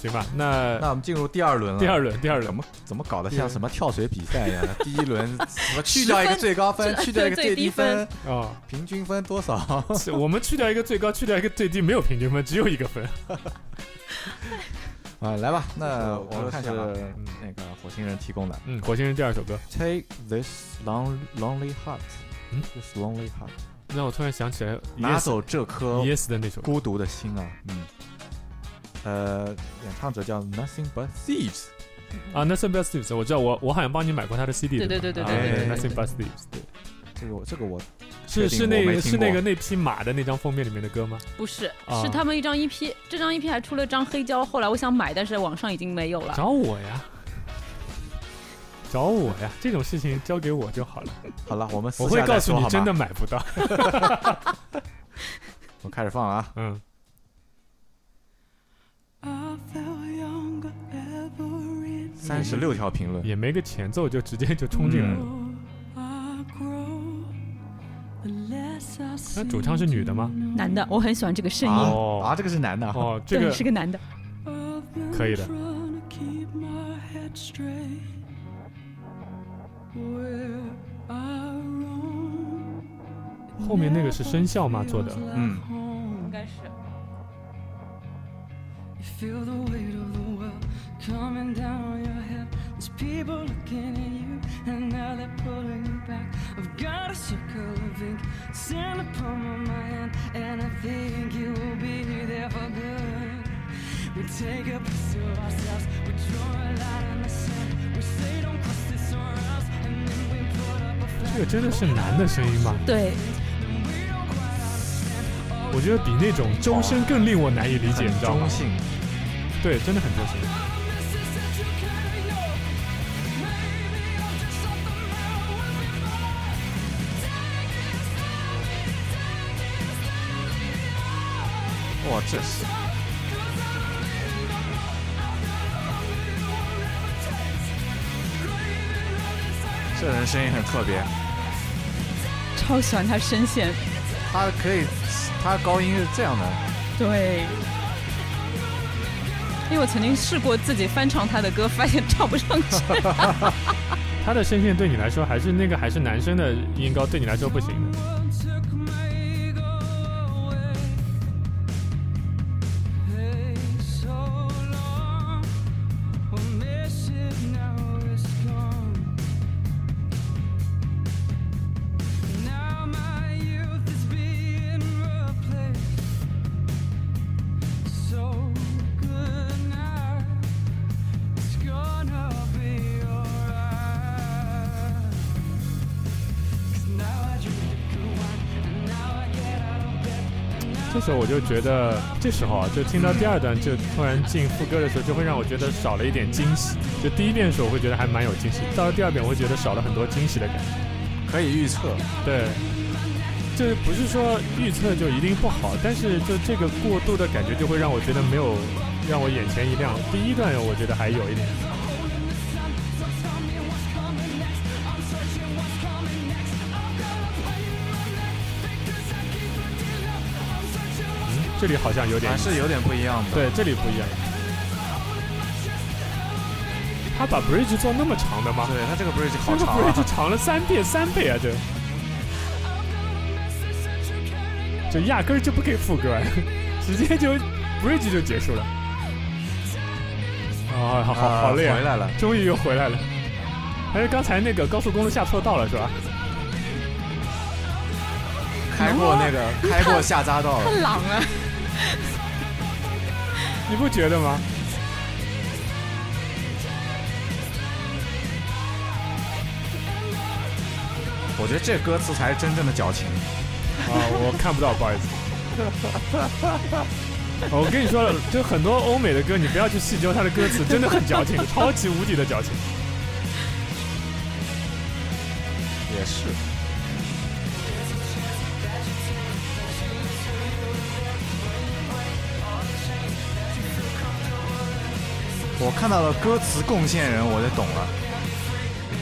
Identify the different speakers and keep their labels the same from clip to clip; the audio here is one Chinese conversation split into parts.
Speaker 1: 行吧，那
Speaker 2: 那我们进入第二轮了。
Speaker 1: 第二轮，第二
Speaker 2: 怎
Speaker 1: 轮，
Speaker 2: 么怎么搞得像什么跳水比赛一样？第一轮什么去掉一
Speaker 3: 十
Speaker 2: 个
Speaker 3: 分
Speaker 2: 最高分，
Speaker 3: 最
Speaker 2: 去掉一个
Speaker 3: 最
Speaker 2: 最
Speaker 3: 低
Speaker 2: 低分，
Speaker 1: 哦，
Speaker 2: 平均分多少？ 啊
Speaker 1: 是我们去掉一个最高，去掉一个最低，没有平均分，只有一个 分。
Speaker 2: 啊，来吧，那
Speaker 4: 这首
Speaker 2: 我们
Speaker 4: 歌
Speaker 2: 看一下啊
Speaker 4: 是
Speaker 2: 嗯那个火星人提供的
Speaker 1: 嗯，火星人第二首歌，
Speaker 2: 《Take This Lon Lonely Heart》，
Speaker 1: 嗯
Speaker 2: ，This Lonely Heart，
Speaker 1: 让我突然想起来
Speaker 2: 拿
Speaker 1: Yes
Speaker 2: 走这颗
Speaker 1: Yes 的那首歌，
Speaker 2: 孤独的心啊，嗯，呃，演唱者叫 Nothing But Thieves，
Speaker 1: 啊，Nothing But Thieves，我知道，我我好像帮你买过他的 CD，
Speaker 3: 对
Speaker 1: 吧
Speaker 3: 对对对
Speaker 1: 啊
Speaker 2: 对对对
Speaker 1: ，Nothing But Thieves，对，
Speaker 2: 这个我这个我
Speaker 1: 是
Speaker 2: 确定
Speaker 1: 是那
Speaker 2: 我没
Speaker 1: 个
Speaker 2: 听
Speaker 1: 是那
Speaker 2: 过
Speaker 1: 个那匹马的那张封面里面的歌吗？
Speaker 3: 不是，
Speaker 1: 啊
Speaker 3: 是他们一张 EP，这张 EP 还出了张黑胶，后来我想买，但是网上已经没有了。
Speaker 1: 找我呀，找我呀，这种事情交给我就好了，
Speaker 2: 好了，我们私
Speaker 1: 我会
Speaker 2: 下再
Speaker 1: 告诉
Speaker 2: 说
Speaker 1: 你
Speaker 2: 好
Speaker 1: 真的
Speaker 2: 吗，
Speaker 1: 买不到。
Speaker 2: 我开始放了啊。
Speaker 1: 嗯，
Speaker 2: 三十六条评论，
Speaker 1: 也没个前奏就直接就冲进来了。
Speaker 2: 嗯
Speaker 1: 那主唱是女的吗？
Speaker 3: 男的，我很喜欢这个声音，
Speaker 1: 哦
Speaker 2: 啊啊，这个是男的啊，
Speaker 1: 哦，这
Speaker 3: 对，
Speaker 1: 个
Speaker 3: 是个男的。
Speaker 1: 可以的。后面那个是声效吗？做的？
Speaker 2: 嗯，
Speaker 3: 应该是。
Speaker 5: Feel the weight of the world coming down on your head. There's people looking at you, and now they're pulling you back. I've got a circle of ink, sand upon my mind, and I think you will be there for good. We take a piece of ourselves, we draw a line in the sand, we say don't cross this or else, and then we put up a
Speaker 1: 这
Speaker 5: flag.
Speaker 1: 个真的是男的声音吗？
Speaker 3: 对，
Speaker 1: 我觉得比那种周深更令我难以理解，
Speaker 2: 啊很
Speaker 1: 你知道吗
Speaker 2: 中？性，
Speaker 1: 对，真的很周深。
Speaker 2: 哇，这是这人声音很特别，
Speaker 3: 超喜欢他声线。
Speaker 2: 他可以，他高音是这样的，
Speaker 3: 对。因为我曾经试过自己翻唱他的歌，发现唱不上 去。
Speaker 1: 他的声线对你来说还是那个还是男生的音高，对你来说不行的。
Speaker 5: Gonna be alright. Now I drink the good wine, and now I get out of bed.
Speaker 1: 这时候我就觉得，这时候啊，就听到第二段就突然进副歌的时候，就会让我觉得少了一点惊喜。就第一遍的时候，我会觉得还蛮有惊喜，到了第二遍，我会觉得少了很多惊喜的感觉。
Speaker 2: 可以预测，
Speaker 1: 对，这不是说预测就一定不好，但是就这个过度的感觉就会让我觉得没有让我眼前一亮。第一段我觉得还有一点，嗯，这里好像有点
Speaker 2: 还是有点不一样的。
Speaker 1: 对，这里不一样。他把 bridge 做那么长的吗？
Speaker 2: 对，他这个 bridge
Speaker 1: 这
Speaker 2: 好
Speaker 1: 个
Speaker 2: 长啊
Speaker 1: bridge 长了三遍三倍啊！这这压根儿就不给副歌， 直接就 bridge 就结束了。啊，好好好累
Speaker 2: 呃回
Speaker 1: 啊！
Speaker 2: 来了，
Speaker 1: 终于又回来了。还是刚才那个高速公路下错道了是吧？
Speaker 2: 开过那个，开过下匝道
Speaker 3: 他
Speaker 2: 了。
Speaker 3: 朗啊，
Speaker 1: 你不觉得吗？
Speaker 2: 我觉得这歌词才是真正的矫情。
Speaker 1: 啊，我看不到，不好意思。 我跟你说了，就很多欧美的歌，你不要去细究它的歌词，真的很矫 情，超级无敌的矫情。
Speaker 2: 也是，我看到了歌词贡献人，我就懂了，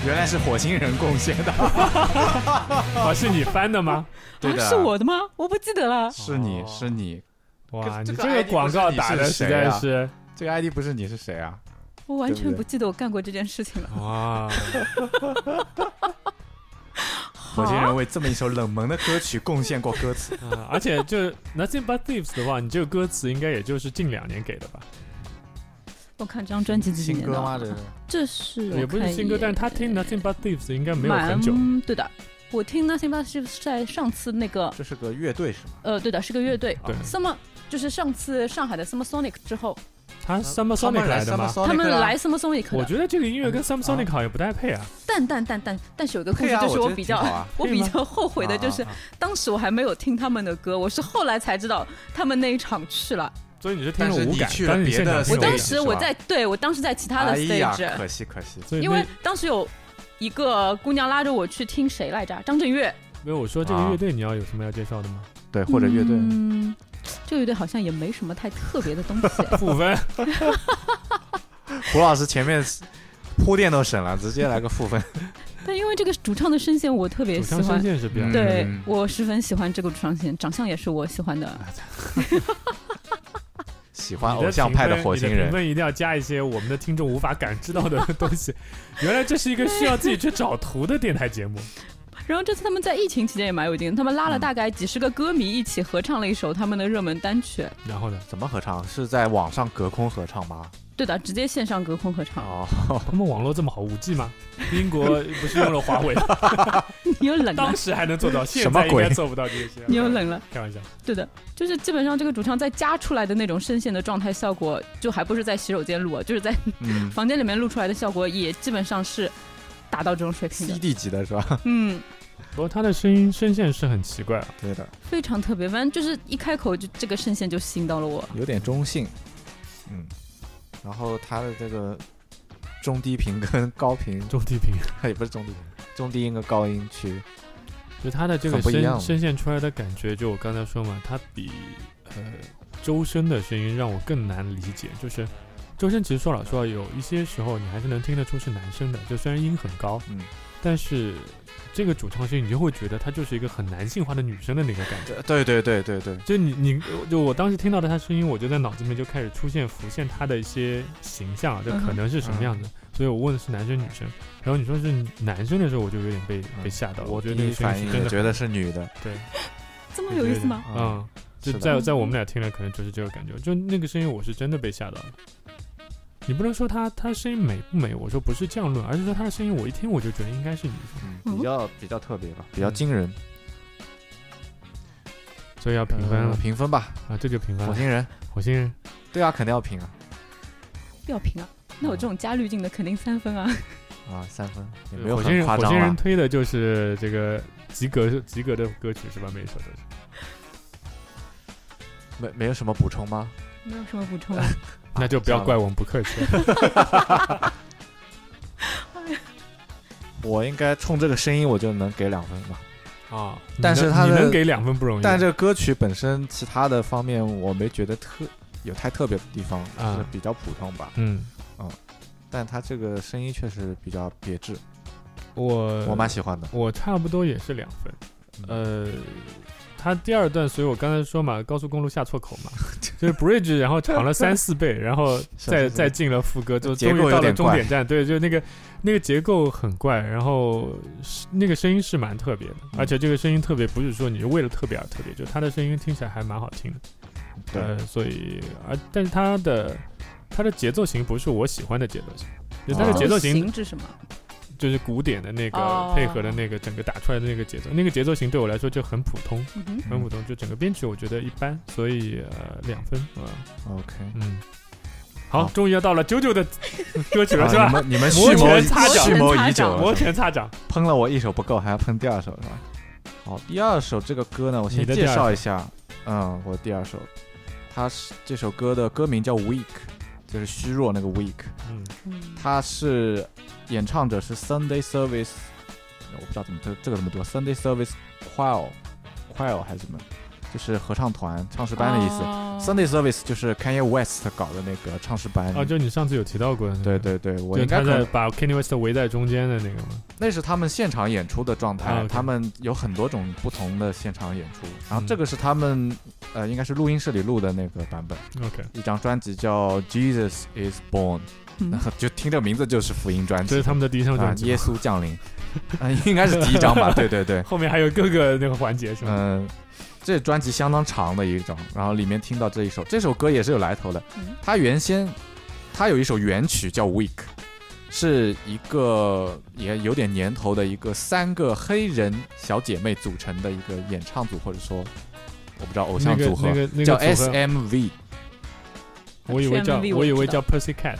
Speaker 2: 原来是火星人贡献 的。
Speaker 1: 啊，是你翻的吗？
Speaker 2: 对的，哦
Speaker 3: 啊是我的吗？我不记得了。
Speaker 2: 是你是你，
Speaker 1: 哇，
Speaker 2: 这
Speaker 1: 你
Speaker 2: 个
Speaker 1: 这个
Speaker 2: ID
Speaker 1: 广告
Speaker 2: 不是你
Speaker 1: 打
Speaker 2: 是
Speaker 1: 的
Speaker 2: 谁
Speaker 1: 实在
Speaker 2: 啊
Speaker 1: 是，
Speaker 2: 这个 ID 不是你是谁啊？
Speaker 3: 我完
Speaker 2: 对
Speaker 3: 全
Speaker 2: 不对
Speaker 3: 不记得我干过这件事情了。
Speaker 1: 哇，
Speaker 3: 啊
Speaker 2: 火星人为这么一首冷门的歌曲贡献过歌 词。
Speaker 1: 啊而且就是 Nothing But Thieves 的话，你这个歌词应该也就是近两年给的吧？
Speaker 3: 我看这张专辑几几
Speaker 2: 新
Speaker 3: 年
Speaker 2: 歌
Speaker 3: 的
Speaker 2: 吗？
Speaker 3: 啊？
Speaker 2: 这是
Speaker 3: 这是
Speaker 1: 也不是新歌，但是他听 Nothing But Thieves 应该没有很久。
Speaker 3: 蛮对的。我听 Nothing But 是在上次那个
Speaker 2: 这是个乐队是吗？
Speaker 3: 呃，对的，是个乐队
Speaker 1: 对，
Speaker 3: Summer，就是上次上海的 Summer Sonic 之后，
Speaker 1: 他 Summer Sonic 来的吗？
Speaker 3: 他们来
Speaker 2: 啊，
Speaker 3: Summer Sonic
Speaker 1: 我
Speaker 3: 的。
Speaker 1: 觉得这个音乐跟 Summer
Speaker 2: 啊
Speaker 1: Sonic 好像不太配啊。
Speaker 3: 但但但但但是有一个故
Speaker 2: 可以
Speaker 3: 事，
Speaker 2: 啊
Speaker 3: 就是
Speaker 2: 我觉得
Speaker 3: 比
Speaker 2: 挺
Speaker 3: 较
Speaker 2: 好啊
Speaker 3: 我
Speaker 1: 可以
Speaker 3: 比
Speaker 1: 吗
Speaker 3: 较后悔的就是
Speaker 2: 啊啊啊
Speaker 3: 当时我还没有听他们的歌，我是后来才知道他们那一场去了。
Speaker 1: 所以你是听了
Speaker 2: 但是
Speaker 1: 无
Speaker 2: 你
Speaker 1: 感，
Speaker 2: 去了
Speaker 1: 但是你
Speaker 2: 别
Speaker 1: 现场
Speaker 2: 的
Speaker 1: 听了无
Speaker 2: 是
Speaker 3: 我当
Speaker 1: 感
Speaker 2: 的
Speaker 3: 时我在对我当时在其他的
Speaker 2: 哎呀，
Speaker 3: stage，
Speaker 2: 可惜可惜，
Speaker 1: 所以
Speaker 3: 因
Speaker 1: 那
Speaker 3: 为当时有一个姑娘拉着我去听谁来着？张震岳。
Speaker 1: 没有我说这
Speaker 2: 啊
Speaker 1: 个乐队你要有什么要介绍的吗？
Speaker 2: 对，或者乐队，
Speaker 3: 嗯，这个乐队好像也没什么太特别的东 西。
Speaker 1: 负分，
Speaker 2: 胡老师前面铺垫都省了，直接来个负分。
Speaker 3: 但因为这个主唱的声线我特别
Speaker 1: 主
Speaker 3: 喜
Speaker 1: 唱声
Speaker 3: 欢，
Speaker 1: 线是比较
Speaker 2: 嗯
Speaker 3: 对、我十分喜欢这个主唱线，长相也是我喜欢的。
Speaker 2: 喜欢
Speaker 1: 你的
Speaker 2: 偶像
Speaker 1: 评
Speaker 2: 派
Speaker 1: 分
Speaker 2: 火星
Speaker 1: 你的评
Speaker 2: 人，
Speaker 1: 分一定要加一些我们的听众无法感知到的东西。原来这是一个需要自己去找图的电台节目。
Speaker 3: 然后这次他们在疫情期间也蛮有劲的，他们
Speaker 2: 嗯
Speaker 3: 拉了大概几十个歌迷一起合唱了一首他们的热门单曲。
Speaker 1: 然后呢，
Speaker 2: 怎么合唱？是在网上隔空合唱吗？
Speaker 3: 对的，直接线上隔空合
Speaker 1: 嗯
Speaker 3: 唱。
Speaker 2: 哦，
Speaker 1: 啊他们网络这么好，五 G 吗？英国不是用了华为，
Speaker 3: 你又冷了
Speaker 1: 当，时还能做到，现
Speaker 2: 什么
Speaker 1: 在应该
Speaker 2: 鬼
Speaker 1: 做不到这些。
Speaker 3: 你又冷了。
Speaker 1: 开玩笑，
Speaker 3: 对的，就是基本上这个主唱在家出来的那种声线的状态效果，就还不是在洗手间录啊，就是在
Speaker 2: 嗯
Speaker 3: 房间里面录出来的效果，也基本上是达到这种水平的。
Speaker 2: ，CD 级的是吧？
Speaker 3: 嗯，
Speaker 1: 不过他的声音声线是很奇怪啊。
Speaker 2: 对的，
Speaker 3: 非常特别，反正就是一开口就这个声线就吸引到了我。
Speaker 2: 有点中性，嗯，然后他的这个中低频跟高频，
Speaker 1: 中低频，
Speaker 2: 也不是中低频，中低音跟高音区，
Speaker 1: 就他的这个
Speaker 2: 很不一
Speaker 1: 声
Speaker 2: 样
Speaker 1: 声线出来的感觉，就我刚才说嘛，他比呃周深的声音让我更难理解。就是周深其实说老实话，有一些时候你还是能听得出是男生的，就虽然音很高，
Speaker 2: 嗯，
Speaker 1: 但是这个主唱声你就会觉得她就是一个很男性化的女生的那个感觉。
Speaker 2: 对对对对对，
Speaker 1: 就你你就我当时听到的她声音，我就在脑子里面就开始出现浮现她的一些形象，啊
Speaker 3: 嗯
Speaker 1: 就可能是
Speaker 2: 嗯
Speaker 1: 什么样子。所以我问的是男生女生，然后你说是男生的时候，我就有点被、
Speaker 2: 嗯
Speaker 1: 被吓到了。
Speaker 2: 我
Speaker 1: 觉
Speaker 2: 第
Speaker 1: 得那
Speaker 2: 一
Speaker 1: 个声
Speaker 2: 反
Speaker 1: 音
Speaker 2: 应
Speaker 1: 是真
Speaker 2: 也
Speaker 1: 的
Speaker 2: 觉得是女的，
Speaker 1: 对，
Speaker 3: 这么有意思吗？
Speaker 2: 嗯，
Speaker 1: 嗯，就是在
Speaker 2: 的
Speaker 1: 在我们俩听了，可能就是这个感觉。就那个声音，我是真的被吓到了。你不能说她她声音美不美，我说不是这样论，而是说她的声音，我一听我就觉得应该是女生，
Speaker 2: 嗯
Speaker 3: 嗯
Speaker 2: 比较比较特别吧，
Speaker 1: 嗯
Speaker 2: 比较惊人，
Speaker 1: 所以要评分
Speaker 2: 嗯
Speaker 1: 了、
Speaker 2: 评分吧，
Speaker 1: 啊，这就评分
Speaker 2: 火
Speaker 1: 了。
Speaker 2: 星人，
Speaker 1: 火星人，
Speaker 2: 对啊，肯定要评啊，
Speaker 3: 要评啊！那我这种加滤镜的肯定三分啊！
Speaker 2: 啊，三分也没有
Speaker 1: 火星
Speaker 2: 很
Speaker 1: 人，
Speaker 2: 夸
Speaker 1: 火
Speaker 2: 张
Speaker 1: 星人
Speaker 2: 吧？
Speaker 1: 推的就是这个及格及格的歌曲是吧？每一首都是。
Speaker 2: 没没有什么补充吗？
Speaker 3: 没有什么补 充啊。
Speaker 1: 那就不要怪我们不客气了。
Speaker 2: 我应该冲这个声音我就能给两分吧，
Speaker 1: 啊，
Speaker 2: 但是他
Speaker 1: 你
Speaker 2: 的
Speaker 1: 能给两分不容易。啊
Speaker 2: 但这个歌曲本身其他的方面我没觉得特有太特别的地方，
Speaker 1: 啊
Speaker 2: 就是比较普通吧。
Speaker 1: 嗯，
Speaker 2: 但他这个声音确实比较别致，
Speaker 1: 我
Speaker 2: 我蛮喜欢的。
Speaker 1: 我差不多也是两分。
Speaker 2: 嗯
Speaker 1: 呃，他第二段，所以我刚才说嘛，高速公路下错口嘛， 就是 bridge，然后长了三四倍，然后
Speaker 2: 是
Speaker 1: 再
Speaker 2: 是
Speaker 1: 再进了副歌，就
Speaker 2: 结
Speaker 1: 终于
Speaker 2: 构有
Speaker 1: 到了
Speaker 2: 点
Speaker 1: 终
Speaker 2: 怪
Speaker 1: 点站。对，就那个那个结构很怪，然后是那个声音是蛮特别的，
Speaker 2: 嗯
Speaker 1: 而且这个声音特别不是说你为了特别而特别，就他的声音听起来还蛮好听的。呃，
Speaker 2: 对，
Speaker 1: 所以而但是他的他的节奏型不是我喜欢的节奏型，就他的
Speaker 2: 哦
Speaker 1: 节奏型
Speaker 3: 型是什么？
Speaker 1: 就是古典的那个
Speaker 3: 哦
Speaker 1: 配合的那个整个打出来的那个节奏，那个节奏型对我来说就很普通，
Speaker 3: 嗯哼，
Speaker 1: 很普通，就整个编曲我觉得一般，所以呃两分啊，
Speaker 2: OK。
Speaker 1: 嗯，好，
Speaker 2: 好
Speaker 1: 终于要到了啾啾 的歌曲了是
Speaker 2: 啊
Speaker 1: 吧
Speaker 2: 你？们你们
Speaker 1: 摩
Speaker 2: 蓄谋
Speaker 1: 拳擦掌
Speaker 2: 蓄谋已久
Speaker 1: 摩
Speaker 2: 了，
Speaker 1: 拳擦掌，
Speaker 2: 喷了我一首不够，还要喷第二首是吧？好，第二首这个歌呢，我
Speaker 1: 你
Speaker 2: 先
Speaker 1: 的
Speaker 2: 介
Speaker 1: 第二
Speaker 2: 绍
Speaker 1: 首
Speaker 2: 一下。嗯，我第二首，它是这首歌的歌名叫《Weak》，就是虚弱那个 Weak。
Speaker 1: 嗯，
Speaker 3: 嗯
Speaker 2: 他是演唱者是 Sunday Service，我不知道怎么这这个怎么读，Sunday Service Choir，Choir 还是怎么，就是合唱团、唱诗班的意思。
Speaker 3: 哦
Speaker 2: Sunday Service 就是 Kanye West 搞的那个唱诗班。
Speaker 1: 哦，就你上次有提到过的、那
Speaker 2: 对
Speaker 1: 个，
Speaker 2: 对对，我
Speaker 1: 就
Speaker 2: 应该
Speaker 1: 他
Speaker 2: 可
Speaker 1: 在
Speaker 2: 能
Speaker 1: 把 Kanye West 围在中间的那个 嘛。
Speaker 2: 那是他们现场演出的状态，
Speaker 1: 啊，OK
Speaker 2: 他们有很多种不同的现场演出。然后
Speaker 1: 嗯
Speaker 2: 这个是他们呃，应该是录音室里录的那个版本，
Speaker 1: OK，
Speaker 2: 一张专辑叫《Jesus Is Born》，
Speaker 3: 嗯
Speaker 2: 然后就听这名字就是福音专
Speaker 1: 这
Speaker 2: 辑
Speaker 1: 是他们的第一张
Speaker 2: 啊
Speaker 1: 专，辑
Speaker 2: 耶
Speaker 1: 嘛，
Speaker 2: 稣降临， 啊，应该是第一张吧？对对对，
Speaker 1: 后面还有各个那个环节是吗？
Speaker 2: 嗯，这专辑相当长的一张，然后里面听到这一首，这首歌也是有来头的
Speaker 3: 嗯。
Speaker 2: 它原先它有一首原曲叫《Week》，是一个也有点年头的一个三个黑人小姐妹组成的一个演唱组，或者说嗯我不知道偶像组合，
Speaker 1: 那个那个那个
Speaker 2: 叫
Speaker 1: 组合
Speaker 2: SMV。
Speaker 1: 我以为叫
Speaker 3: SMV
Speaker 1: 我以
Speaker 3: 我
Speaker 1: 为
Speaker 3: 知
Speaker 1: 叫
Speaker 3: 道
Speaker 1: Percy Cat，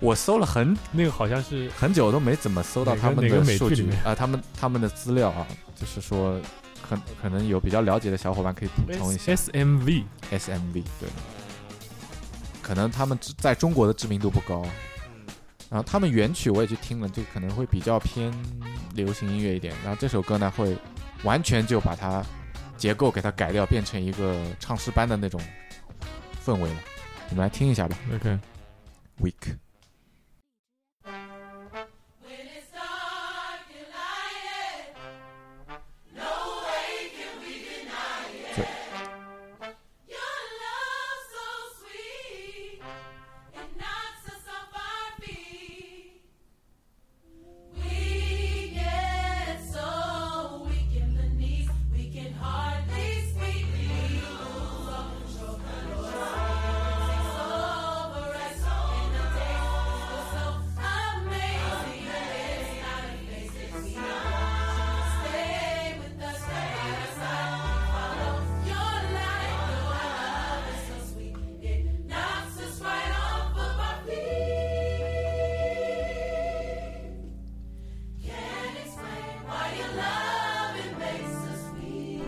Speaker 2: 我搜了很
Speaker 1: 那个好像是
Speaker 2: 很久都没怎么搜到
Speaker 1: 哪个
Speaker 2: 他们
Speaker 1: 哪
Speaker 2: 的
Speaker 1: 个美
Speaker 2: 数
Speaker 1: 剧里
Speaker 2: 据啊
Speaker 1: 面、
Speaker 2: 他们他们的资料啊，就是说可可能有比较了解的小伙伴可以补充一下。
Speaker 1: S M V，
Speaker 2: SMV，对，可能他们知在中国的知名度不高。嗯然后他们原曲我也去听了，就可能会比较偏流行音乐一点。然后这首歌呢，会完全就把它结构给它改掉，变成一个唱诗班的那种氛围了。你们来听一下吧
Speaker 1: OK，
Speaker 2: ，Week。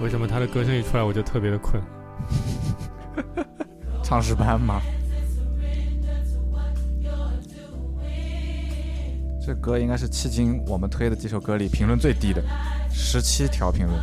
Speaker 1: 为什么他的歌声一出来我就特别的困？
Speaker 2: 唱诗班吗？这歌应该是迄今我们推的几首歌里评论最低的，十七条评论。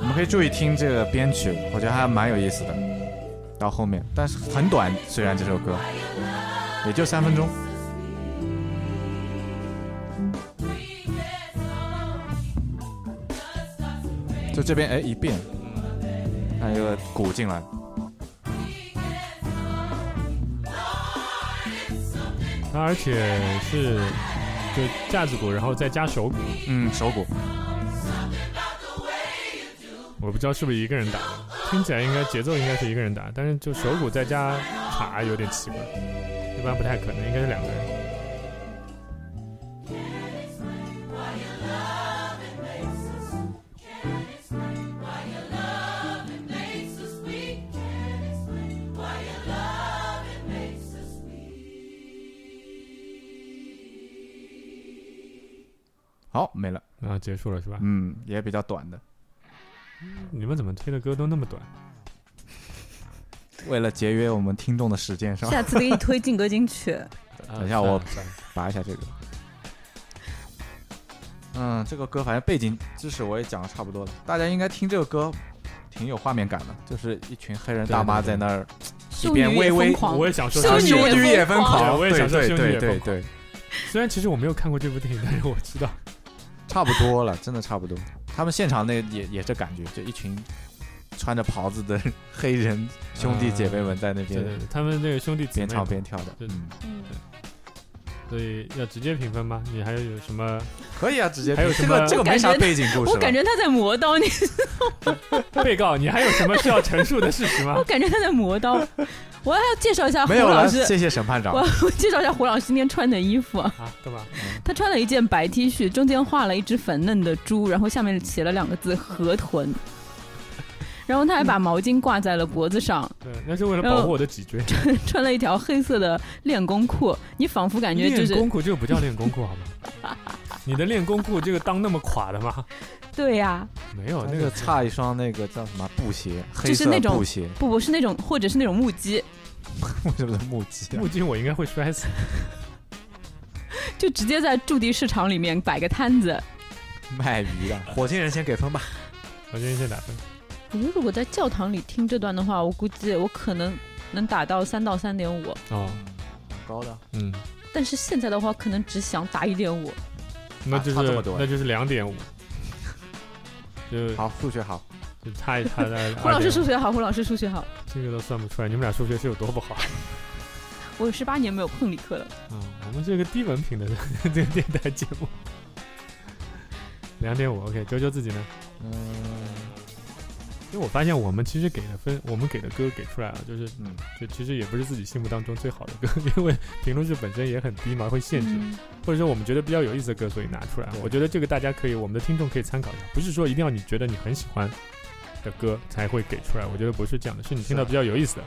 Speaker 2: 你们可以注意听这个编曲，我觉得还蛮有意思的。到后面，但是很短，虽然这首歌也就三分钟。就这边哎一变，还有个鼓进来，
Speaker 1: 他而且是就架子鼓，然后再加手鼓，
Speaker 2: 嗯，手鼓，
Speaker 1: 我不知道是不是一个人打的，听起来应该节奏应该是一个人打，但是就手鼓再加卡有点奇怪，一般不太可能，应该是两个人。
Speaker 2: 好没了，
Speaker 1: 然啊后结束了是吧？
Speaker 2: 嗯，也比较短的，
Speaker 1: 你们怎么推的歌都那么短？
Speaker 2: 为了节约我们听众的时间，是吧？
Speaker 3: 下次给你推劲歌金曲，
Speaker 2: 等一下
Speaker 1: 啊
Speaker 2: 我
Speaker 1: 算了
Speaker 2: 拔一下这个。嗯，这个歌反正背景知识我也讲的差不多了，大家应该听这个歌挺有画面感的，就是一群黑人大妈在那儿，一
Speaker 3: 秀女
Speaker 2: 边
Speaker 3: 也
Speaker 2: 微
Speaker 1: 算
Speaker 2: 微
Speaker 3: 疯
Speaker 1: 了
Speaker 3: 狂
Speaker 1: 我，也想说
Speaker 3: 修
Speaker 1: 他
Speaker 3: 修女女也疯
Speaker 2: 也
Speaker 3: 也
Speaker 2: 疯
Speaker 3: 疯狂
Speaker 1: 狂
Speaker 2: 狂，
Speaker 1: 我也想说
Speaker 2: 对
Speaker 1: 修女也
Speaker 2: 对对
Speaker 1: 疯狂
Speaker 2: 对，
Speaker 1: 虽然其实我没有看过这部电影，但是我知道
Speaker 2: 差不多了，真的差不多。他们现场那也也这感觉，就一群穿着袍子的 黑人兄弟姐妹们在那
Speaker 1: 嗯对
Speaker 2: 边
Speaker 1: 对对，他们那个兄弟姊妹
Speaker 2: 边唱
Speaker 1: 嘛
Speaker 2: 边跳的，
Speaker 1: 对
Speaker 2: 嗯，
Speaker 3: 嗯
Speaker 1: 所以要直接评分吗？你还有什么
Speaker 2: 可以啊，直接
Speaker 1: 还有
Speaker 2: 这
Speaker 1: 什么
Speaker 2: 个这个没啥背景故事
Speaker 3: 我
Speaker 2: 了，
Speaker 3: 感觉他在磨刀，你
Speaker 1: 被告？你还有什么需要陈述的事实
Speaker 3: 我
Speaker 1: 吗？
Speaker 3: 感觉他在磨刀。我还要介绍一下胡
Speaker 2: 没有
Speaker 3: 老
Speaker 2: 了，
Speaker 3: 师，
Speaker 2: 谢谢审判长
Speaker 3: 我。我介绍一下胡老师今天穿的衣服啊，
Speaker 1: 啊，干嘛？
Speaker 3: 他穿了一件白 T 恤，中间画了一只粉嫩的猪，然后下面写了两个字“河豚”，然后他还把毛巾挂在了脖子上，
Speaker 1: 对，那是为了保护我的脊椎。
Speaker 3: 穿了一条黑色的练功裤，你仿 佛感觉就
Speaker 1: 练
Speaker 3: 是
Speaker 1: 功裤这个不叫练功裤，好吗？你的练功裤这个裆那么垮的吗？
Speaker 3: 对呀、
Speaker 1: 没有，
Speaker 2: 哦那
Speaker 1: 那
Speaker 2: 个
Speaker 1: 个
Speaker 2: 差一双那个叫什么布鞋，黑
Speaker 3: 就是
Speaker 2: 色
Speaker 3: 那种
Speaker 2: 布 鞋，
Speaker 3: 不不是那种或者是那种木屐，
Speaker 2: 为什么是木屐啊？
Speaker 1: 木屐我应该会摔死。
Speaker 3: 就直接在驻地市场里面摆个摊子。
Speaker 2: 卖鱼的，火星人先给分吧。
Speaker 1: 我决定先打分。
Speaker 3: 我觉得如果在教堂里听这段的话，我估计我可能能打到三到三点五，
Speaker 1: 哦，
Speaker 2: 蛮高的，
Speaker 1: 嗯，
Speaker 3: 但是现在的话可能只想打一点五。
Speaker 1: 那就是、
Speaker 2: 差这么多
Speaker 1: 那就是两点五，就
Speaker 2: 好，数学好，
Speaker 1: 就差一差在
Speaker 3: 胡老师数
Speaker 1: 学
Speaker 3: 学好，胡老师数学好，
Speaker 1: 这个都算不出来，你们俩数学是有多不好？
Speaker 3: 我十八年没有碰理科了。
Speaker 1: 嗯，我们是个低文凭的 这个电台节目。两点五，OK，九九自己呢？
Speaker 2: 嗯
Speaker 1: 因为我发现我们其实给的分，我们给的歌给出来了，就是
Speaker 2: 嗯，
Speaker 1: 就其实也不是自己心目当中最好的歌， 因为评论数本身也很低嘛，会限制，
Speaker 3: 嗯
Speaker 1: 或者说我们觉得比较有意思的歌，所以拿出来
Speaker 2: 对。
Speaker 1: 我觉得这个大家可以，我们的听众可以参考一下，不是说一定要你觉得你很喜欢的歌才会给出来，我觉得不是这样的，是你听到比较有意思的，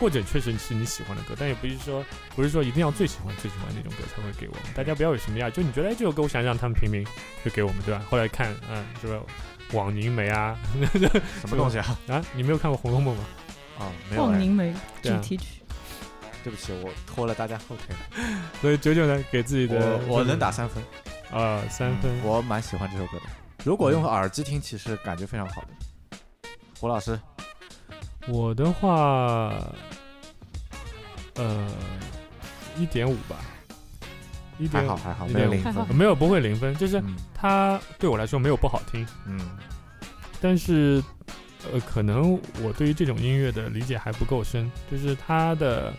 Speaker 1: 或者确实是你喜欢的歌，但也不是说不是说一定要最喜欢最喜欢那种歌才会给我们，大家不要有什么压力，就你觉得哎这首歌我想让他们评评，就给我们对吧？后来看嗯是吧？网凝眉啊
Speaker 2: 什么东西 啊？
Speaker 1: 啊！你没有看过《红楼梦》吗？
Speaker 2: 啊，没有
Speaker 3: 望
Speaker 2: 哎，
Speaker 3: 凝眉
Speaker 1: 对
Speaker 3: 主
Speaker 1: 啊
Speaker 3: 题曲，
Speaker 2: 对不起，我拖了大家后腿。
Speaker 1: 所以九九呢，给自己的
Speaker 2: 我我能打三分，
Speaker 1: 啊三分，
Speaker 2: 嗯我蛮喜欢这首歌的。如果用耳机听，其实感觉非常好的。胡老师，
Speaker 1: 我的话，呃，一点五吧，一
Speaker 2: 还
Speaker 1: 点
Speaker 2: 好还好，
Speaker 1: 一
Speaker 2: 没有
Speaker 1: 点
Speaker 2: 零
Speaker 1: 五，
Speaker 3: 还
Speaker 2: 分。
Speaker 3: 好
Speaker 1: 没有不会零分，就是
Speaker 2: 嗯
Speaker 1: 它对我来说没有不好听，
Speaker 2: 嗯，
Speaker 1: 但是呃，可能我对于这种音乐的理解还不够深，就是它的。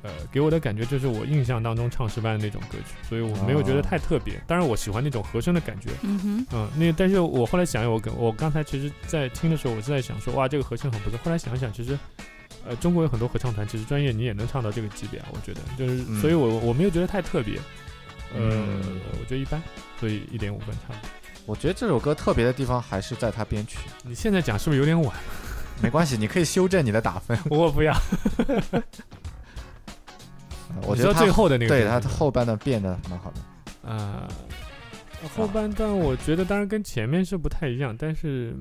Speaker 1: 呃，给我的感觉就是我印象当中唱诗班的那种歌曲，所以我没有觉得
Speaker 2: 哦
Speaker 1: 太特别。当然，我喜欢那种和声的感觉，
Speaker 3: 嗯哼，
Speaker 1: 嗯，那但是我后来想，我跟我刚才其实，在听的时候，我是在想说，哇，这个合唱很不错。后来想一想，其实，呃，中国有很多合唱团，其实专业你也能唱到这个级别啊，我觉得，就是，
Speaker 2: 嗯
Speaker 1: 所以我我没有觉得太特别，呃，
Speaker 2: 嗯
Speaker 1: 我觉得一般，所以一点五分差不多。
Speaker 2: 我觉得这首歌特别的地方还是在它编曲，
Speaker 1: 你现在讲是不是有 点晚？
Speaker 2: 没关系，你可以修正你的打分。
Speaker 1: 我不要，
Speaker 2: 呃我
Speaker 1: 你
Speaker 2: 觉
Speaker 1: 说
Speaker 2: 得它
Speaker 1: 最后的那个
Speaker 2: 对
Speaker 1: 地
Speaker 2: 它
Speaker 1: 方
Speaker 2: 后半段变得蛮好的。
Speaker 1: 呃，后半段我觉得当然跟前面是不太一样，但是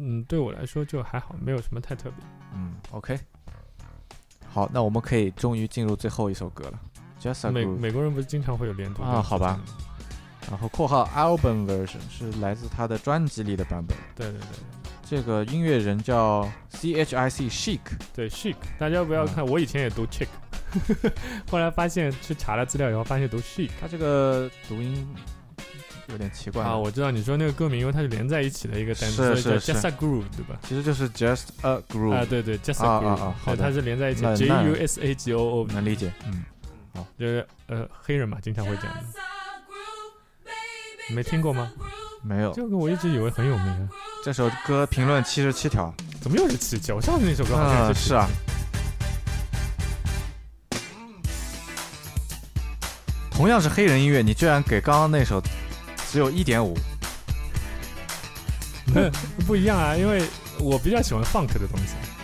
Speaker 1: 嗯，对我来说就还好，没有什么太特别。
Speaker 2: 嗯，OK。好，那我们可以终于进入最后一首歌了，Just a
Speaker 1: 美
Speaker 2: Groove。
Speaker 1: 美国人不是经常会有连读
Speaker 2: 啊
Speaker 1: 这种
Speaker 2: 好
Speaker 1: 事
Speaker 2: 吧
Speaker 1: 情吗
Speaker 2: 然后括号 album version 是来自他的专辑里的版本。
Speaker 1: 对对对。
Speaker 2: 这个音乐人叫 C H I C Chic，
Speaker 1: 对，chic，大家不要
Speaker 2: 嗯
Speaker 1: 看，我以前也读 chic，后来发现去查了资料以后，发现读 chic
Speaker 2: 他这个读音有点奇怪
Speaker 1: 啊，我知道你说那个歌名，因为它是连在一起的一个单词，
Speaker 2: 是
Speaker 1: 所以
Speaker 2: 是
Speaker 1: 叫 just a groove，对吧？
Speaker 2: 其实就是 just a groove，、
Speaker 1: 啊，对对，just a
Speaker 2: 啊啊
Speaker 1: groove，
Speaker 2: 啊
Speaker 1: 对
Speaker 2: 好的
Speaker 1: 它是连在一起
Speaker 2: 那
Speaker 1: ，J
Speaker 2: 那
Speaker 1: U S A G O O，
Speaker 2: 能理解。嗯，
Speaker 1: 就是呃黑人嘛，经常会讲
Speaker 2: 啊
Speaker 1: 的，没听过吗？
Speaker 2: 没有
Speaker 1: 这个我一直以为很有名啊，
Speaker 2: 这首歌评论七十七条。
Speaker 1: 怎么又是气球？上次那首歌好像
Speaker 2: 嗯，
Speaker 1: 也
Speaker 2: 是啊。同样是黑人音乐，你居然给刚刚那首只有一点五，
Speaker 1: 气球 不一样啊，因为我比较喜欢 funk 的东西。啊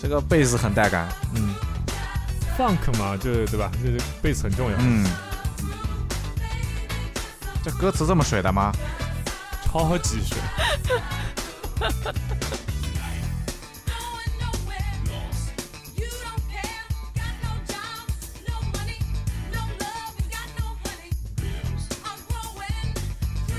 Speaker 2: 这个贝斯很带感。嗯
Speaker 1: funk 嘛，就是对吧？就是贝斯很重要，
Speaker 2: 嗯，这歌词这么水的吗？
Speaker 1: 超级水。
Speaker 4: Just a groove.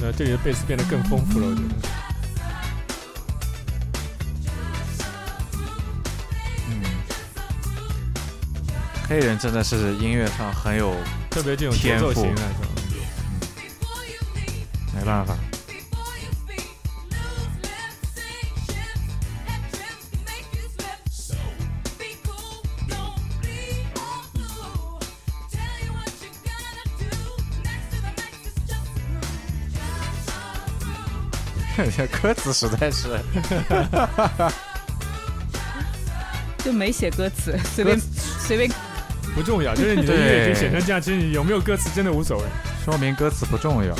Speaker 1: 对啊，这里的贝斯变得更丰富了，我觉得。
Speaker 2: 嗯，黑人真的是音乐上很有，
Speaker 1: 特别这种节奏型
Speaker 2: 天
Speaker 1: 来说，
Speaker 2: 没办法，这 歌词实在是
Speaker 3: 就没写歌词，随便
Speaker 2: 歌
Speaker 3: 随便
Speaker 1: 不重要，就是你的音乐已经写成这样，其实你有没有歌词真的无所谓。
Speaker 2: 说明歌词不重要。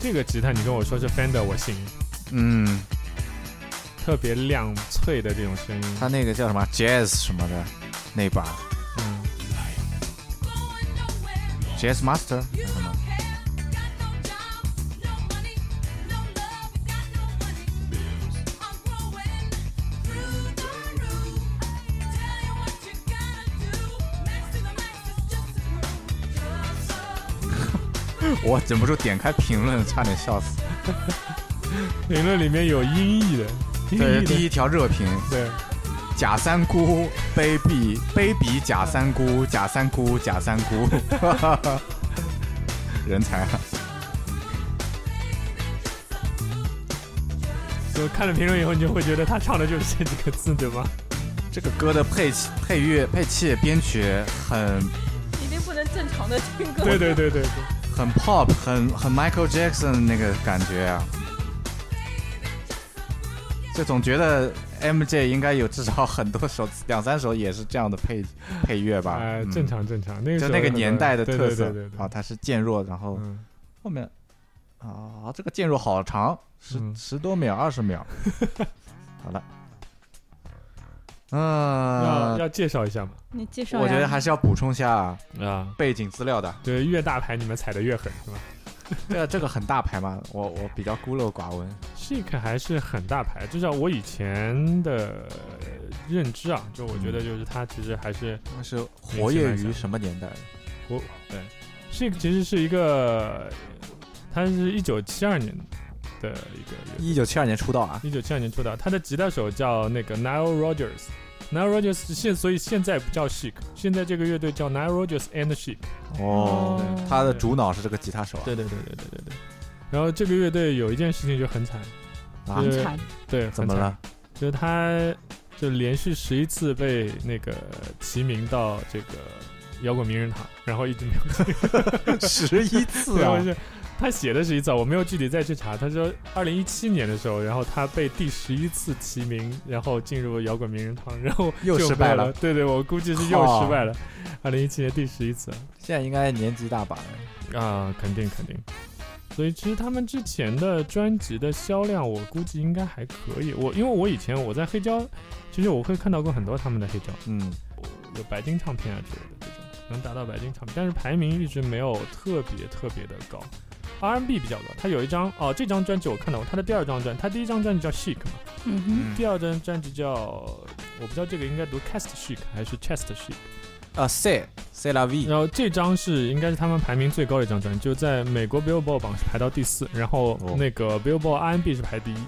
Speaker 1: 这个吉他你跟我说是 Fender，我信，
Speaker 2: 嗯，
Speaker 1: 特别亮脆的这种声音。
Speaker 2: 他那个叫什么 jazz 什么的那把
Speaker 1: 嗯，
Speaker 2: jazz master 还是什么，我忍不住点开评论，差点笑死。
Speaker 1: 评论里面有音译的，音
Speaker 2: 对，
Speaker 1: 译
Speaker 2: 第
Speaker 1: 的，
Speaker 2: 一条热评，
Speaker 1: 对，
Speaker 2: 假三姑卑鄙卑鄙假三姑假三姑假三姑， 人才啊！
Speaker 1: 就看了评论以后，你就会觉得他唱的就是这几个字，对 吗？
Speaker 2: 这个歌的配器、配乐、配器、编曲很
Speaker 3: 一定不能正常的听歌
Speaker 1: 对对对 对对。
Speaker 2: 很 pop，很很 Michael Jackson 那个感觉啊。就总觉得 MJ 应该有至少很多首两三首也是这样的配配乐吧？
Speaker 1: 呃，
Speaker 2: 嗯
Speaker 1: 正，常正常，那个
Speaker 2: 就
Speaker 1: 时候
Speaker 2: 那个年代的
Speaker 1: 对
Speaker 2: 特
Speaker 1: 对
Speaker 2: 色
Speaker 1: 对对对
Speaker 2: 啊，它是渐弱，然后
Speaker 1: 嗯，
Speaker 2: 后面啊，这个渐弱好长，十、
Speaker 1: 嗯
Speaker 2: 十多秒、二十秒。好了，嗯、
Speaker 1: 要要介绍一下嘛。
Speaker 3: 你介绍呀
Speaker 2: 我觉得还是要补充一下
Speaker 1: 啊，
Speaker 2: 背景资料 的。
Speaker 1: 对，越大牌你们踩的越狠是吧
Speaker 2: 对啊，这个很大牌嘛，我我比较孤陋寡闻。
Speaker 1: ？Shake 还是很大牌，至少我以前的认知啊，就我觉得就是他其实还是
Speaker 2: 那是活跃于什么年代？
Speaker 1: 我对 Shake 其实是一个，他是一九七二年的一个乐队
Speaker 2: 一九七二年出道啊，
Speaker 1: 一九七二年出道，他的吉他手叫那个 Nile Rodgers。Nile Rodgers 现所以现在不叫 Chic，现在这个乐队叫 Nile Rodgers and Chic。
Speaker 2: 哦
Speaker 3: 对
Speaker 2: 他的主脑是这个吉他手啊，
Speaker 1: 对对对对对对对。然后这个乐队有一件事情就很惨，
Speaker 2: 啊
Speaker 1: 对，
Speaker 3: 很惨，
Speaker 1: 对，很
Speaker 2: 怎么
Speaker 1: 惨？
Speaker 2: 了？
Speaker 1: 就是他就连续十一次被那个提名到这个摇滚名人堂，然后一直没有。
Speaker 2: 十一次
Speaker 1: 然
Speaker 2: 啊
Speaker 1: 后！是 他写的是一次啊，我没有具体再去查。他说二零一七年的时候，然后他被第十一次提名，然后进入摇滚名人堂，然后
Speaker 2: 又
Speaker 1: 就
Speaker 2: 失败
Speaker 1: 没有
Speaker 2: 了
Speaker 1: 了。对对，我估计是又
Speaker 2: 靠
Speaker 1: 失败了。二零一七年第十一次，
Speaker 2: 现在应该年纪大把了，
Speaker 1: 啊，肯定肯定。所以其实他们之前的专辑的销量，我估计应该还可以。我因为我以前我在黑胶，其实我会看到过很多他们的黑胶，
Speaker 2: 嗯，
Speaker 1: 有白金唱片啊之类的这种，能达到白金唱片，但是排名一直没有特别特别的高。R&B 比较高，他有一张哦，这张专辑我看到过，他的第二张专，他第一张专辑叫 Chic 嘛，
Speaker 3: 嗯哼，
Speaker 1: 第二张专辑叫我不知道这个应该读 Cast Chic 还是 Chest Chic，
Speaker 2: 啊，C C La V，
Speaker 1: 然后这张是应该是他们排名最高的一张专辑，就在美国 Billboard 榜是排到第四，然后
Speaker 2: 哦
Speaker 1: 那个 Billboard R&B 是排第一，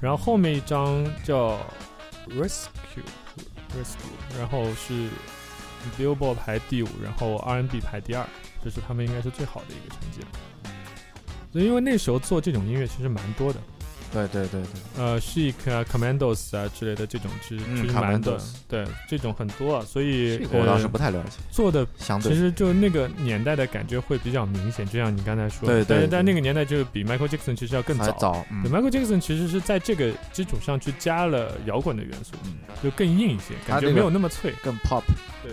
Speaker 1: 然后后面一张叫 Rescue Rescue，然后是 Billboard 排第五，然后 R&B 排第二，这是他们应该是最好的一个成绩了。所以因为那时候做这种音乐其实蛮多的，
Speaker 2: 对对对对，
Speaker 1: 呃，Chic 啊、Commandos 啊之类的这种其实
Speaker 2: 嗯
Speaker 1: 其实蛮多的
Speaker 2: Commandos，
Speaker 1: 对，这种很多啊，所以
Speaker 2: 这个我倒是
Speaker 1: 呃
Speaker 2: 不太了解，
Speaker 1: 做的
Speaker 2: 相
Speaker 1: 其
Speaker 2: 对
Speaker 1: 实就那个年代的感觉会比较明显，就像你刚才说，
Speaker 2: 对
Speaker 1: 的，
Speaker 2: 对
Speaker 1: 但是
Speaker 2: 对
Speaker 1: 但那个年代就比 Michael Jackson 其实要更
Speaker 2: 还
Speaker 1: 早。
Speaker 2: 早，
Speaker 1: 对
Speaker 2: 嗯，
Speaker 1: ，Michael Jackson 其实是在这个基础上去加了摇滚的元素，
Speaker 2: 嗯
Speaker 1: 就更硬一些，
Speaker 2: 他
Speaker 1: 感
Speaker 2: 这
Speaker 1: 觉
Speaker 2: 个
Speaker 1: 没有那么脆。
Speaker 2: 更 pop，
Speaker 1: 对，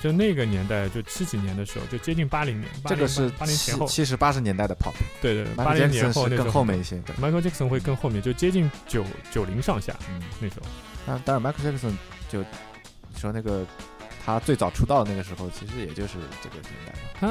Speaker 1: 就那个年代，就七几年的时候，就接近八零年，
Speaker 2: 这个是
Speaker 1: 八零
Speaker 2: 七
Speaker 1: 前后，
Speaker 2: 七十八十年代的 pop，
Speaker 1: 对对，八
Speaker 2: Michael
Speaker 1: 零年
Speaker 2: Jackson
Speaker 1: 后那
Speaker 2: 是
Speaker 1: 时
Speaker 2: 更
Speaker 1: 候
Speaker 2: 后面一些，对，
Speaker 1: Michael Jackson 会更后面，就接近九九零上下
Speaker 2: 嗯，
Speaker 1: 那时候。
Speaker 2: 但当然 Michael Jackson 就你说那个他最早出道的那个时候，其实也就是这个年代吧
Speaker 1: 他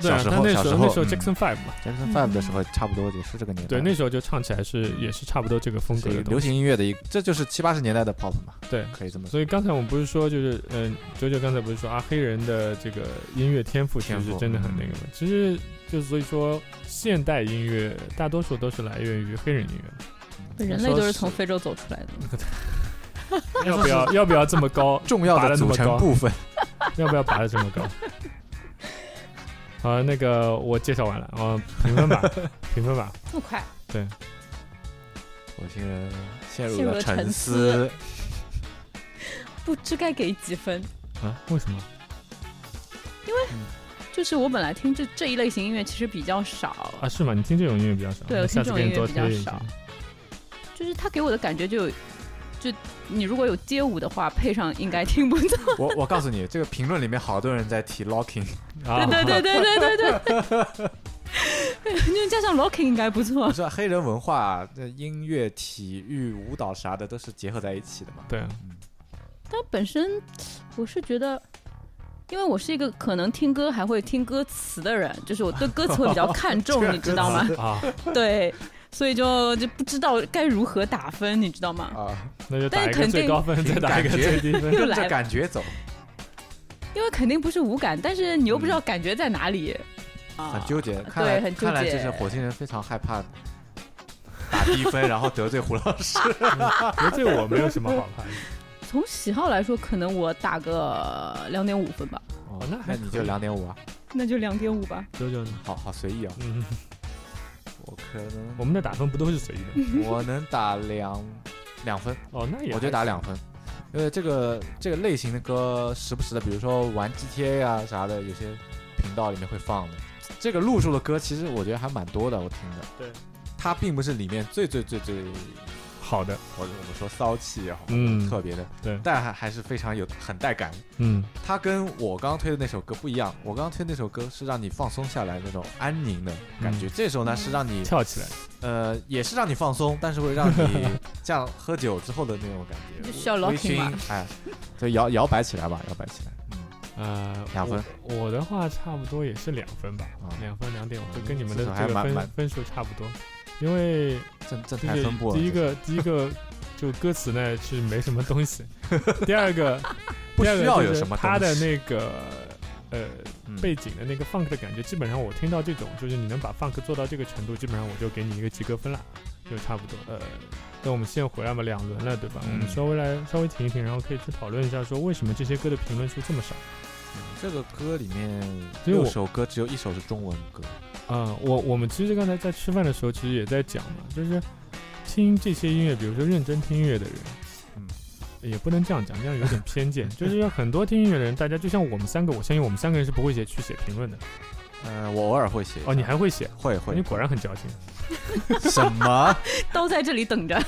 Speaker 1: 对啊，
Speaker 2: 小时
Speaker 1: 他
Speaker 2: 候
Speaker 1: 那
Speaker 2: 小
Speaker 1: 时
Speaker 2: 时
Speaker 1: 候那
Speaker 2: 候
Speaker 1: 时候
Speaker 2: 嗯
Speaker 1: Jackson Five 嘛，
Speaker 2: ，Jackson
Speaker 3: 嗯
Speaker 2: Five 的时候差不多也是这个年代，
Speaker 1: 对，那时候就唱起来是也是差不多这个风格
Speaker 2: 是
Speaker 1: 的
Speaker 2: 流
Speaker 1: 东西。
Speaker 2: 行音乐的一个，这就是七八十年代的 pop 嘛，
Speaker 1: 对，
Speaker 2: 可以这么说。
Speaker 1: 所以刚才我们不是说，就是嗯，九九刚才不是说啊，黑人的这个音乐天赋其实
Speaker 2: 天
Speaker 1: 是
Speaker 2: 赋嗯
Speaker 1: 真的很那个的。其实就所以说，现代音乐大多数都是来源于黑人音乐。
Speaker 3: 人类都是从非洲走出来的。
Speaker 1: 要不 要要不要这么高？
Speaker 2: 重要
Speaker 1: 拔得
Speaker 2: 的
Speaker 1: 那么
Speaker 2: 组
Speaker 1: 高
Speaker 2: 成 部分，
Speaker 1: 要不要拔得这么高？好，那个我介绍完了，啊，评分吧， 评分吧。
Speaker 3: 这么快？
Speaker 2: 我这个陷入
Speaker 3: 陷入
Speaker 2: 了
Speaker 3: 了
Speaker 2: 沉思
Speaker 3: 沉思。不知该给几分？
Speaker 1: 啊？为什么？
Speaker 3: 就是我本来听这这一类型音乐其实比较少，
Speaker 1: 啊，是吗？你听这种音乐比较少，
Speaker 3: 对
Speaker 1: 那
Speaker 3: 我
Speaker 1: 下
Speaker 3: 听
Speaker 1: 次
Speaker 3: 这种
Speaker 1: 给你多推
Speaker 3: 音乐比较
Speaker 1: 荐一下
Speaker 3: 少。就是它给我的感觉就有，就你如果有街舞的话，配上应该听不到。
Speaker 2: 我我告诉你，这个评论里面好多人在提 locking，
Speaker 1: 啊，
Speaker 3: 对对对对对对对， 就加上 locking 应该不错
Speaker 2: 你。知道黑人文化、这音乐、体育、舞蹈啥的都是结合在一起的嘛？嗯
Speaker 1: 对
Speaker 3: 但本身我是觉得，因为我是一个可能听歌还会听歌词的人，就是我对歌词会比较看 重，你知道吗？
Speaker 1: 啊，
Speaker 3: 对，所以就就不知道该如何打分，你知道吗？
Speaker 2: 啊，
Speaker 1: 那就打
Speaker 3: 但
Speaker 1: 一个
Speaker 3: 肯
Speaker 1: 最
Speaker 3: 定
Speaker 1: 高分，再打一个
Speaker 2: 感
Speaker 1: 最
Speaker 2: 觉
Speaker 1: 低 分。
Speaker 3: 又
Speaker 2: 跟
Speaker 3: 来
Speaker 2: 着
Speaker 3: 了
Speaker 2: 感觉走，
Speaker 3: 因为肯定不是无感，但是你又不知道感觉在哪里，
Speaker 2: 很
Speaker 3: 啊，
Speaker 2: 纠结。看来
Speaker 3: 对很纠结
Speaker 2: 看来这是火星人非常害怕打低分，然后得罪胡老 师。
Speaker 1: 得罪我没有什么好怕的。
Speaker 3: 从喜好来说，可能我打个两点五分吧，
Speaker 2: 哦
Speaker 1: 那还
Speaker 2: 那你就
Speaker 1: 可以
Speaker 2: 两点五啊，
Speaker 3: 那就两点五吧。
Speaker 1: 九九呢？
Speaker 2: 好好随意啊。
Speaker 1: 嗯，
Speaker 2: 我可能
Speaker 1: 我们的打分不都是随意的？
Speaker 2: 我能打两两分，
Speaker 1: 哦，那也
Speaker 2: 我就打两分。因为这个这个类型的歌，时不时的，比如说玩 GTA 呀、啊啥的，有些频道里面会放的。这个路数的歌，其实我觉得还蛮多的，我听的。
Speaker 1: 对，
Speaker 2: 它并不是里面最最最最，
Speaker 1: 好的。
Speaker 2: 我我们说骚气也好，
Speaker 1: 嗯
Speaker 2: 特别的，
Speaker 1: 对
Speaker 2: 但还还是非常有很带感。
Speaker 1: 嗯，
Speaker 2: 它跟我刚刚推的那首歌不一样，我刚刚推那首歌是让你放松下来那种安宁的感
Speaker 1: 嗯
Speaker 2: 觉，这首呢是让你
Speaker 1: 跳起来。
Speaker 2: 呃，也是让你放松，但是会让 你像喝酒之后的那种感觉，
Speaker 3: 就需要
Speaker 2: 微
Speaker 3: locking 嘛
Speaker 2: 醺，哎，就摇摇摆起来吧，摇摆起来。嗯，
Speaker 1: 呃，
Speaker 2: 两分
Speaker 1: 我。我的话差不多也是两分吧
Speaker 2: 啊，
Speaker 1: 两分两点五，
Speaker 2: 嗯
Speaker 1: 就跟你们的
Speaker 2: 这首
Speaker 1: 这
Speaker 2: 还
Speaker 1: 个
Speaker 2: 蛮
Speaker 1: 分
Speaker 2: 蛮
Speaker 1: 分数差不多。因为
Speaker 2: 正正啊
Speaker 1: 就
Speaker 2: 态
Speaker 1: 是
Speaker 2: 分布了，
Speaker 1: 第一
Speaker 2: 这是
Speaker 1: 个第一个就歌词呢是没什么东 西，第二个
Speaker 2: 不
Speaker 1: 第二个
Speaker 2: 需要
Speaker 1: 就
Speaker 2: 有
Speaker 1: 是
Speaker 2: 什么
Speaker 1: 他
Speaker 2: 东
Speaker 1: 的
Speaker 2: 西
Speaker 1: 那个呃
Speaker 2: 嗯
Speaker 1: 背景的那个 funk 的感觉，基本上我听到这种，就是你能把 funk 做到这个程度，基本上我就给你一个及格分了，就差不多。呃，那我们现在回来嘛，两轮了，对吧？
Speaker 2: 嗯
Speaker 1: 我们稍微来稍微停一停，然后可以去讨论一下，说为什么这些歌的评论数这么少？
Speaker 2: 这个歌里面
Speaker 1: 其实我
Speaker 2: 六首歌只有一首是中文歌，
Speaker 1: 啊、我我们其实刚才在吃饭的时候，其实也在讲嘛，就是听这些音乐，比如说认真听音乐的人，
Speaker 2: 嗯，
Speaker 1: 也不能这样讲，这样有点偏 见。就是很多听音乐的人，大家就像我们三个，我相信我们三个人是不会写去写评论的。
Speaker 2: 呃，我偶尔会写一
Speaker 1: 嗯
Speaker 2: 下。
Speaker 1: 哦，你还会写，
Speaker 2: 会会
Speaker 1: 你果然很矫情。
Speaker 2: 什 么？
Speaker 3: 都在这里等着，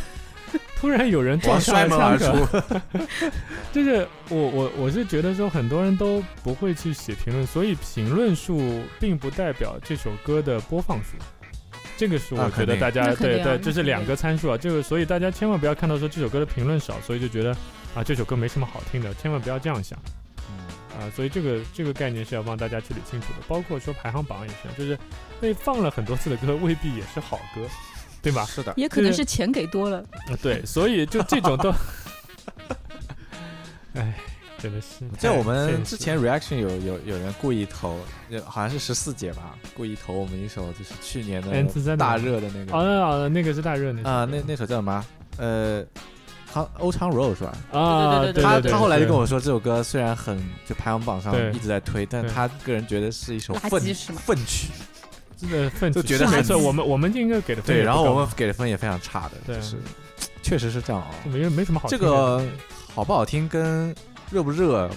Speaker 1: 突然有人
Speaker 2: 我要
Speaker 1: 撞上
Speaker 2: 摔
Speaker 1: 了
Speaker 2: 门
Speaker 1: 枪口，
Speaker 2: 而出。
Speaker 1: 就是我我我是觉得说很多人都不会去写评论，所以评论数并不代表这首歌的播放数。这个是
Speaker 2: 啊
Speaker 1: 我觉
Speaker 2: 肯
Speaker 1: 得
Speaker 2: 定
Speaker 1: 大家、
Speaker 3: 那肯
Speaker 1: 对
Speaker 3: 定啊
Speaker 1: 对，
Speaker 3: 那
Speaker 1: 这
Speaker 3: 肯
Speaker 1: 是两
Speaker 3: 定
Speaker 1: 个参数啊。这个所以大家千万不要看到说这首歌的评论少，所以就觉得啊这首歌没什么好听的，千万不要这样想。
Speaker 2: 嗯
Speaker 1: 啊，所以这个这个概念是要帮大家去理清楚的，包括说排行榜也是，就是被放了很多次的歌未必也是好歌，对吧？哎
Speaker 2: 是的，
Speaker 3: 也可能是钱给多了。
Speaker 1: 啊对，所以就这种都， 哎，真的是太现实
Speaker 2: 这
Speaker 1: 了。
Speaker 2: 我们之前 reaction 有有有人故意投，呃好像是十四姐吧，故意投我们一首就是去年
Speaker 1: N 次
Speaker 2: 的
Speaker 1: 三
Speaker 2: 大热的那个
Speaker 1: 哦，那哦那个是大热那首
Speaker 2: 啊，
Speaker 1: 歌
Speaker 2: 那那首叫什么？呃，康欧昌 road 是吧？
Speaker 1: 啊，
Speaker 3: 对对对对
Speaker 2: 他
Speaker 3: 对
Speaker 2: 他后来就跟
Speaker 1: 我
Speaker 2: 我说，这首歌虽然很就排行榜上
Speaker 1: 对
Speaker 2: 一直在推，但
Speaker 1: 对
Speaker 2: 他个人觉得是一首
Speaker 3: 垃
Speaker 2: 粪
Speaker 3: 圾是吗
Speaker 2: 粪曲。
Speaker 1: 真的分
Speaker 2: 就觉得
Speaker 1: 没
Speaker 2: 很
Speaker 1: 错，我们我们应该给的分
Speaker 2: 对，
Speaker 1: 也不
Speaker 2: 然后
Speaker 1: 高
Speaker 2: 我们给的分也非常差的，
Speaker 1: 对嗯
Speaker 2: 就是确实是这样啊。
Speaker 1: 就没没什么好
Speaker 2: 这
Speaker 1: 听的
Speaker 2: 个好不好听跟热不热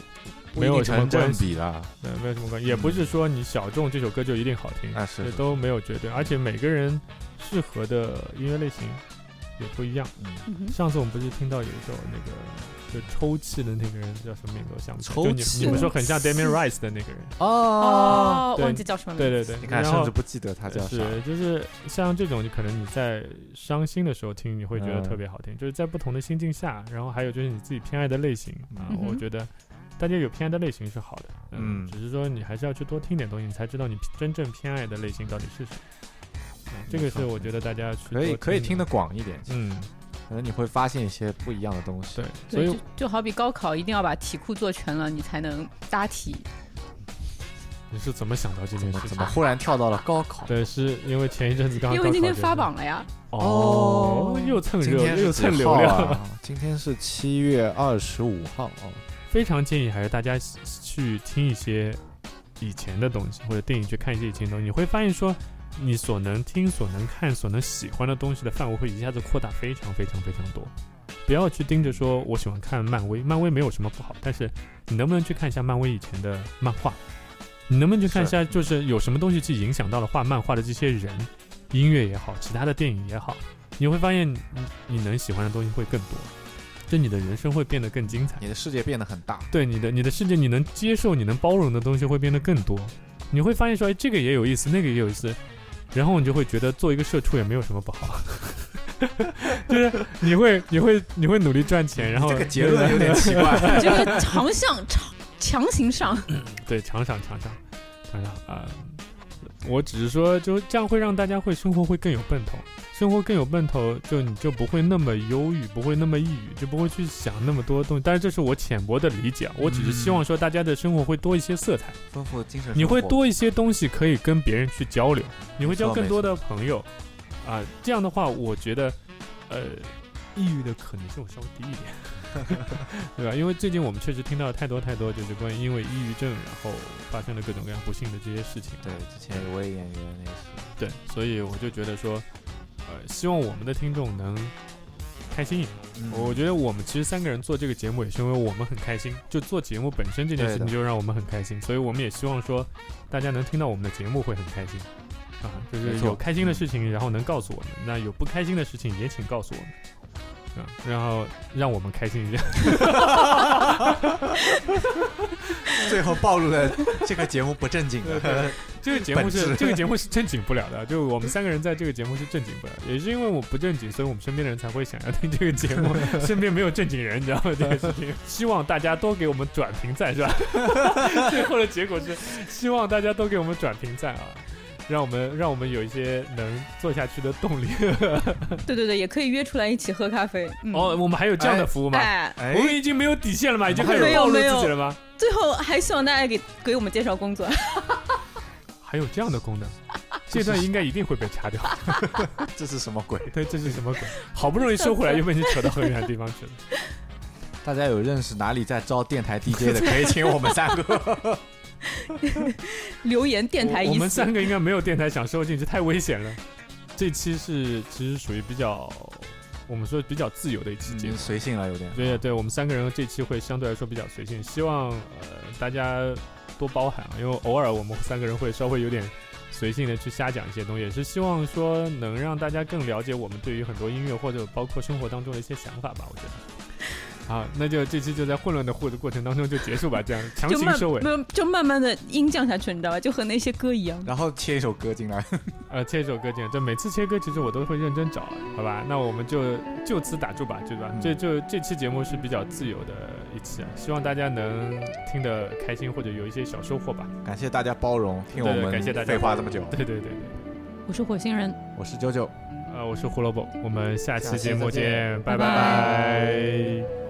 Speaker 2: 不
Speaker 1: 没
Speaker 2: 一
Speaker 1: 有
Speaker 2: 定
Speaker 1: 什么
Speaker 2: 成
Speaker 1: 关
Speaker 2: 正
Speaker 1: 系，
Speaker 2: 比的。
Speaker 1: 对，嗯没有什么关系，也不是说你小众这首歌就一定好听，
Speaker 2: 啊是
Speaker 1: 这
Speaker 2: 是
Speaker 1: 都没有绝对，而且每个人适合的音乐类型也不一样。
Speaker 2: 嗯，
Speaker 3: 嗯哼，
Speaker 1: 上次我们不是听到有一首那个就抽泣的那个人叫什么名字？我想不起来。
Speaker 2: 抽
Speaker 1: 就你
Speaker 2: 泣
Speaker 1: 你们说很像 Damien
Speaker 3: 抽
Speaker 1: Rice 的那个人。
Speaker 2: 哦，
Speaker 3: 哦，
Speaker 1: 对
Speaker 3: 忘记叫什么名
Speaker 1: 对
Speaker 3: 字，
Speaker 1: 对对，
Speaker 2: 嗯你看，
Speaker 1: 然
Speaker 2: 甚
Speaker 1: 后
Speaker 2: 至不记得他叫啥。
Speaker 1: 是，就是像这种，你可能你在伤心的时候听，你会觉得
Speaker 2: 嗯
Speaker 1: 特别好听，就是在不同的心境下，然后还有就是你自己偏爱的类型啊、
Speaker 3: 嗯哼
Speaker 1: 我觉得大家有偏爱的类型是好的，
Speaker 2: 嗯
Speaker 1: 只是说你还是要去多听点东西，你才知道你真正偏爱的类型到底是什么。嗯这个
Speaker 2: 没
Speaker 1: 是
Speaker 2: 错
Speaker 1: 我觉得大家去
Speaker 2: 嗯可以
Speaker 1: 多
Speaker 2: 可以听得
Speaker 1: 的，
Speaker 2: 广一点，
Speaker 1: 嗯，
Speaker 2: 可能你会发现一些不一样的东西
Speaker 1: 对。，所以
Speaker 3: 就就好比高考一定要把题库做全了，你才能答题。
Speaker 1: 你是怎么想到这件
Speaker 2: 怎么
Speaker 1: 事
Speaker 2: 怎
Speaker 1: 情
Speaker 2: 么？忽然跳到了高考？
Speaker 1: 对，是因为前一阵子刚刚
Speaker 3: 因为今
Speaker 1: 高考
Speaker 3: 天
Speaker 1: 结
Speaker 3: 发
Speaker 1: 束
Speaker 3: 榜 了呀，
Speaker 1: 哦
Speaker 2: 哦，
Speaker 1: 又蹭
Speaker 2: 今
Speaker 1: 热
Speaker 2: 天
Speaker 1: 又
Speaker 2: 是
Speaker 1: 蹭
Speaker 2: 几
Speaker 1: 流
Speaker 2: 号
Speaker 1: 量，
Speaker 2: 啊？ 今天是七月二十五号哦。
Speaker 1: 非常建议还是大家去听一些以前的东西，或者电影去看一些以前的东西，你会发现说，你所能听、所能看、所能喜欢的东西的范围会一下子扩大非常非常非常多。不要去盯着说我喜欢看漫威，漫威没有什么不好，但是你能不能去看一下漫威以前的漫画？你能不能去看一下，就是有什么东西去影响到了画漫画的这些人，音乐也好，其他的电影也好，你会发现你你能喜欢的东西会更多，就你的人生会变得更精彩。
Speaker 2: 你的世界变得很大，
Speaker 1: 对你的你的世界，你能接受、你能包容的东西会变得更多。你会发现说，哎，这个也有意思，那个也有意思，然后你就会觉得做一个社畜也没有什么不好。 就是你会你会你会努力赚钱，然后
Speaker 2: 这个结论有点奇 怪。
Speaker 3: 这个长项长强行上，
Speaker 1: 对，尝尝尝尝尝尝啊、我只是说，就这样会让大家会生活会更有奔头，生活更有奔头，就你就不会那么忧郁，不会那么抑郁，就不会去想那么多东西。但是这是我浅薄的理解啊，我只是希望说大家的生活会多一些色彩，
Speaker 2: 丰富精神，
Speaker 1: 你会多一些东西可以跟别人去交流，你会交更多的朋友，啊、这样的话，我觉得，呃，抑郁的可能性会稍微低一点，对吧？因为最近我们确实听到太多太多，就是关于因为抑郁症然后发生了各种各样不幸的这些事情，
Speaker 2: 对，之前有位演员那是，
Speaker 1: 对，所以我就觉得说，呃，希望我们的听众能开心一点。
Speaker 2: 嗯
Speaker 1: 我觉得我们其实三个人做这个节目也是因为我们很开心，就做节目本身这件事
Speaker 2: 对
Speaker 1: 情
Speaker 2: 的
Speaker 1: 就让我们很开心，所以我们也希望说大家能听到我们的节目会很开心，啊，就
Speaker 2: 没
Speaker 1: 是
Speaker 2: 错嗯
Speaker 1: 有开心的事情然后能告诉我们，那有不开心的事情也请告诉我们。啊，然后让我们开心一下，
Speaker 2: 最后暴露了这个节目不正经的
Speaker 1: 这个节目
Speaker 2: 本
Speaker 1: 是
Speaker 2: 质
Speaker 1: 这个节目是正经不了的，就我们三个人在这个节目是正经不了，也是因为我不正经，所以我们身边的人才会想要听这个节 目，身边没有正经人，你知道吗？这个事情，希望大家都给我们转评赞，是吧？ 最后的结果是，希望大家都给我们转评赞啊，让我们让我们有一些能做下去的动 力。
Speaker 3: 对对对，也可以约出来一起喝咖啡。嗯、
Speaker 1: 哦，，我们还有这样的服务吗？
Speaker 3: 哎，
Speaker 2: 哎
Speaker 1: 我们已经没有底线了吗？已经开始
Speaker 3: 没有
Speaker 1: 暴露
Speaker 3: 没有
Speaker 1: 自己了吗？
Speaker 3: 最后还希望大家给给我们介绍工作。
Speaker 1: 还有这样的功能，这段应该一定会被掐掉。
Speaker 2: 这是什么鬼？
Speaker 1: 对，这是什么鬼？好不容易收 回来，又被你扯到很远的地方去了。
Speaker 2: 大家有认识哪里在招电台 DJ 的，可以请我们三个。
Speaker 3: 留言电台
Speaker 1: 我我
Speaker 3: 一
Speaker 1: 们
Speaker 3: 次
Speaker 1: 三，个应该没有电台想收进去，太危险了。这期是其实属于比较，我们说比较自由的一期节目。
Speaker 2: 嗯随性了有点。
Speaker 1: 对对，我们三个人这期会相对来说比较随性，希望呃大家多包涵啊，因为偶尔我们三个人会稍微有点随性的去瞎讲一些东西，也是希望说能让大家更了解我们对于很多音乐或者包括生活当中的一些想法吧，我觉得。好，那就这期就在混乱的互的过程当中就结束吧，这样强
Speaker 3: 就
Speaker 1: 行
Speaker 3: 慢
Speaker 1: 收尾
Speaker 3: 没。有就慢慢的音降下去，你知道吧？就和那些歌一样。
Speaker 2: 然后切一首歌进来，
Speaker 1: 呃，切一首歌进，这每次切歌其实我都会认真找，好吧？那我们就就此打住吧，对吧？
Speaker 2: 嗯
Speaker 1: 这就这期节目是比较自由的一期，啊，希望大家能听得开心或者有一些小收获吧。
Speaker 2: 感谢大家包容，听我
Speaker 1: 对
Speaker 2: 们
Speaker 1: 感谢大家
Speaker 2: 废话这么久。
Speaker 1: 对对对对，
Speaker 3: 我是火星人，
Speaker 2: 我是九九。
Speaker 1: 呃，我是胡萝卜，我们下期
Speaker 2: 下期
Speaker 1: 节目
Speaker 2: 再
Speaker 1: 见，
Speaker 2: 见
Speaker 1: 拜
Speaker 3: 拜
Speaker 1: 拜